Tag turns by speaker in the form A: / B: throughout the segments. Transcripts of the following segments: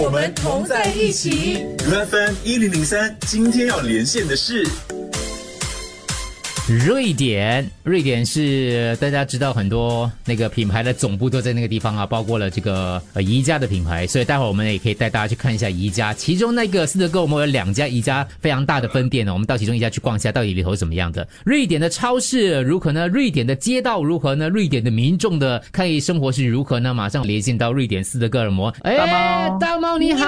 A: 我们同在一起。
B: FM 一零零三，今天要连线的是
C: 瑞典，瑞典是大家知道很多那个品牌的总部都在那个地方啊，包括了这个呃宜家的品牌，所以待会儿我们也可以带大家去看一下宜家。其中那个斯德哥尔摩有两家宜家非常大的分店呢，哦我们到其中一家去逛一下，到底里头是怎么样的。瑞典的超市如何呢？瑞典的街道如何呢？瑞典的民众的呃抗议生活是如何呢？马上连线到瑞典斯德哥尔摩，哎，大猫你好，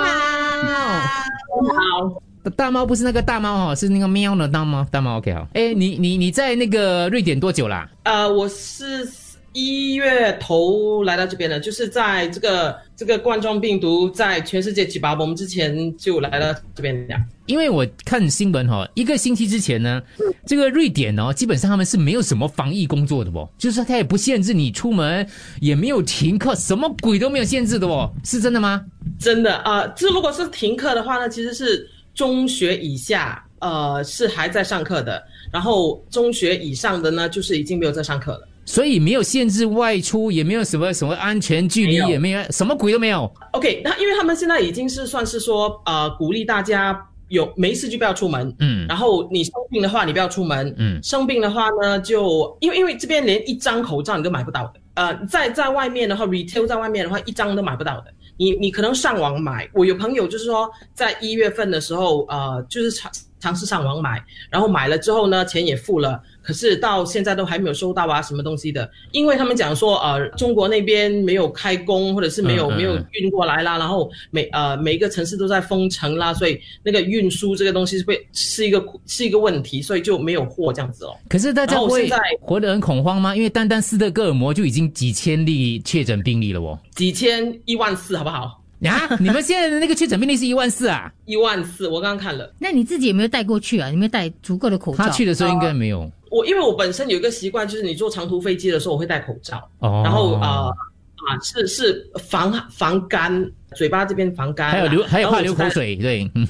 C: 大猫不是那个大猫哦，是那个喵的大猫，大猫 OK 好。哎，你你你在那个瑞典多久啦、
D: 呃，我是一月头来到这边的，就是在这个这个冠状病毒在全世界举拔我们之前就来到这边了。
C: 因为我看新闻哈、哦，一个星期之前呢，这个瑞典哦，基本上他们是没有什么防疫工作的哦，就是他也不限制你出门，也没有停课，什么鬼都没有限制的哦，是真的吗？
D: 真的啊、呃这如果是停课的话呢，其实是中学以下，呃，是还在上课的，然后中学以上的呢，就是已经没有在上课了。
C: 所以没有限制外出，也没有什么什么安全距离，
D: 没有
C: 也没有什么鬼都没有。
D: OK，那因为他们现在已经是算是说，呃，鼓励大家有没事就不要出门，
C: 嗯
D: 然后你生病的话，你不要出门。
C: 嗯
D: 生病的话呢，就因为因为这边连一张口罩你都买不到的。呃，在在外面的话，retail 在外面的话，一张都买不到的。你你可能上网买，我有朋友就是说，在一月份的时候，呃，就是尝尝试上网买，然后买了之后呢，钱也付了，可是到现在都还没有收到啊，什么东西的？因为他们讲说，呃，中国那边没有开工，或者是没有
C: 嗯嗯嗯
D: 没有运过来啦，然后每呃每一个城市都在封城啦，所以那个运输这个东西是会是一个是一个问题，所以就没有货这样子哦。
C: 可是大家
D: 然后
C: 不会
D: 现在
C: 活得很恐慌吗？因为单单斯德哥尔摩就已经几千例确诊病例了哦。
D: 几千一万四好不好？
C: 啊，你们现在的那个确诊病例是一万四啊？
D: 一万四，我刚刚看了，
E: 那你自己有没有带过去啊？有没有带足够的口罩？
C: 他去的时候应该没有。
D: 我因为我本身有一个习惯，就是你坐长途飞机的时候我会戴口罩，
C: 哦，
D: 然后呃啊是是防防干，嘴巴这边防干啊，
C: 还有流，还有
D: 然后
C: 怕
D: 我
C: 流
D: 只戴
C: 口，水，对， 嗯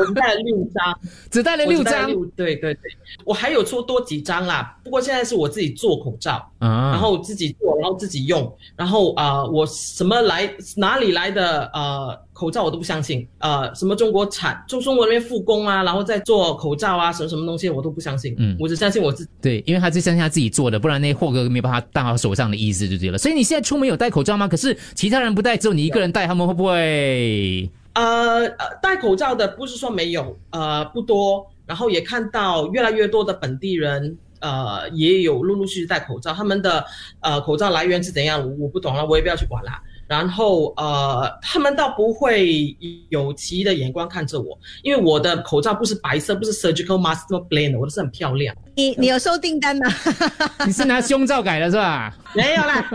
D: 我只戴了六张，
C: 只带了
D: 我只
C: 六
D: 戴了
C: 张
D: 六，对对对，我还有出多几张啦，不过现在是我自己做口罩，
C: 啊，
D: 然后自己做，然后自己用，然后啊、呃我什么来哪里来的呃口罩我都不相信，呃，什么中国产，中中国那边复工啊，然后再做口罩啊，什么什么东西我都不相信，
C: 嗯
D: 我只相信我自己。
C: 对，因为他是相信他自己做的，不然那霍哥没办法当好手上的意思就对了。所以你现在出门有戴口罩吗？可是其他人不戴，只有你一个人戴，他们会不会？
D: 呃，呃戴口罩的不是说没有，呃，不多，然后也看到越来越多的本地人。呃，也有陆陆续续戴口罩，他们的呃口罩来源是怎样，我不懂了，我也不要去管啦。然后呃，他们倒不会有奇异的眼光看着我，因为我的口罩不是白色，不是 surgical mask 那么 plain 的，我的是很漂亮。
F: 你你有收订单吗？
C: 你是拿胸罩改的是吧？
D: 没 有啦，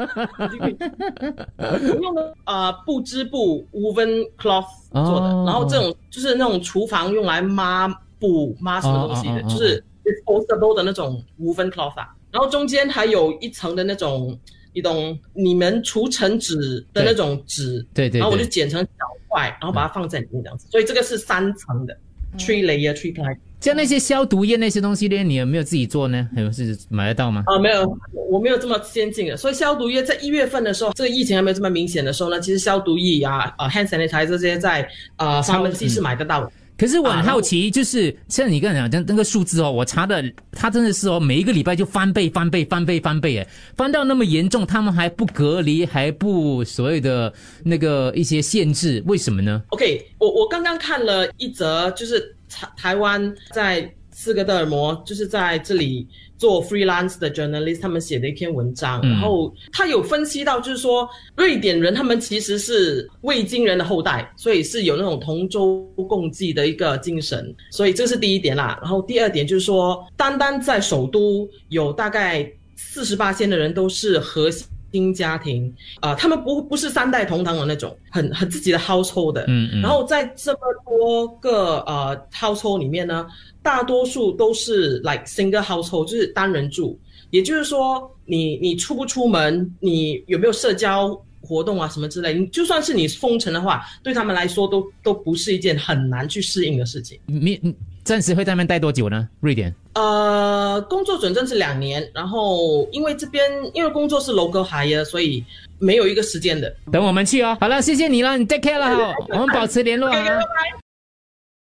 D: 我用的呃布织布 woven cloth 做的，
C: 哦
D: 然后这种就是那种厨房用来抹布抹什么东西的，
C: 哦哦哦哦
D: 就是 disposable 的那种 woven cloth 啊，然后中间还有一层的那种，你懂你们除尘纸的那种纸，
C: 对对
D: 然后啊我就
C: 对，
D: 剪成小块，然后把它放在里面这样子，所以这个是三层的，three
C: 嗯
D: layer three layer
C: 像那些消毒液那些东西呢，你有没有自己做呢？有是买得到吗？
D: 啊、没有，我没有这么先进的。所以消毒液在一月份的时候，这个疫情还没有这么明显的时候呢，其实消毒液啊、呃 hand sanitizer 这些在呃
C: 超
D: 他们其是买得到的。
C: 可是我很
D: 啊然后
C: 好奇，就是像你刚才讲的那个数字哦，我查的，他真的是哦，每一个礼拜就翻倍、翻倍、翻倍、翻倍，哎，翻到那么严重，他们还不隔离，还不所谓的那个一些限制，为什么呢？
D: OK，我我刚刚看了一则，就是台台湾在斯德哥尔摩，就是在这里做 freelance 的 journalist，他们写的一篇文章，
C: 嗯
D: 然后他有分析到，就是说瑞典人他们其实是魏晋人的后代，所以是有那种同舟共济的一个精神，所以这是第一点啦。然后第二点就是说，单单在首都有大概四十八线的人都是核心家庭，啊，他们不不是三代同堂的那种，很很自己的 household 的。
C: 嗯嗯
D: 然后在这么多个呃 household 里面呢，大多数都是 like single household，就是单人住。也就是说，你你出不出门，你有没有社交活动啊什么之类，你就算是你封城的话，对他们来说都都不是一件很难去适应的事情。
C: 没暂时会在那边待多久呢？瑞典
D: 呃，工作准证是两年，然后因为这边因为工作是 local hire，所以没有一个时间的。
C: 等我们去哦。好了，谢谢你了，你 take care 了哈，我们保持联络
D: OK，
C: 啊
D: 拜。拜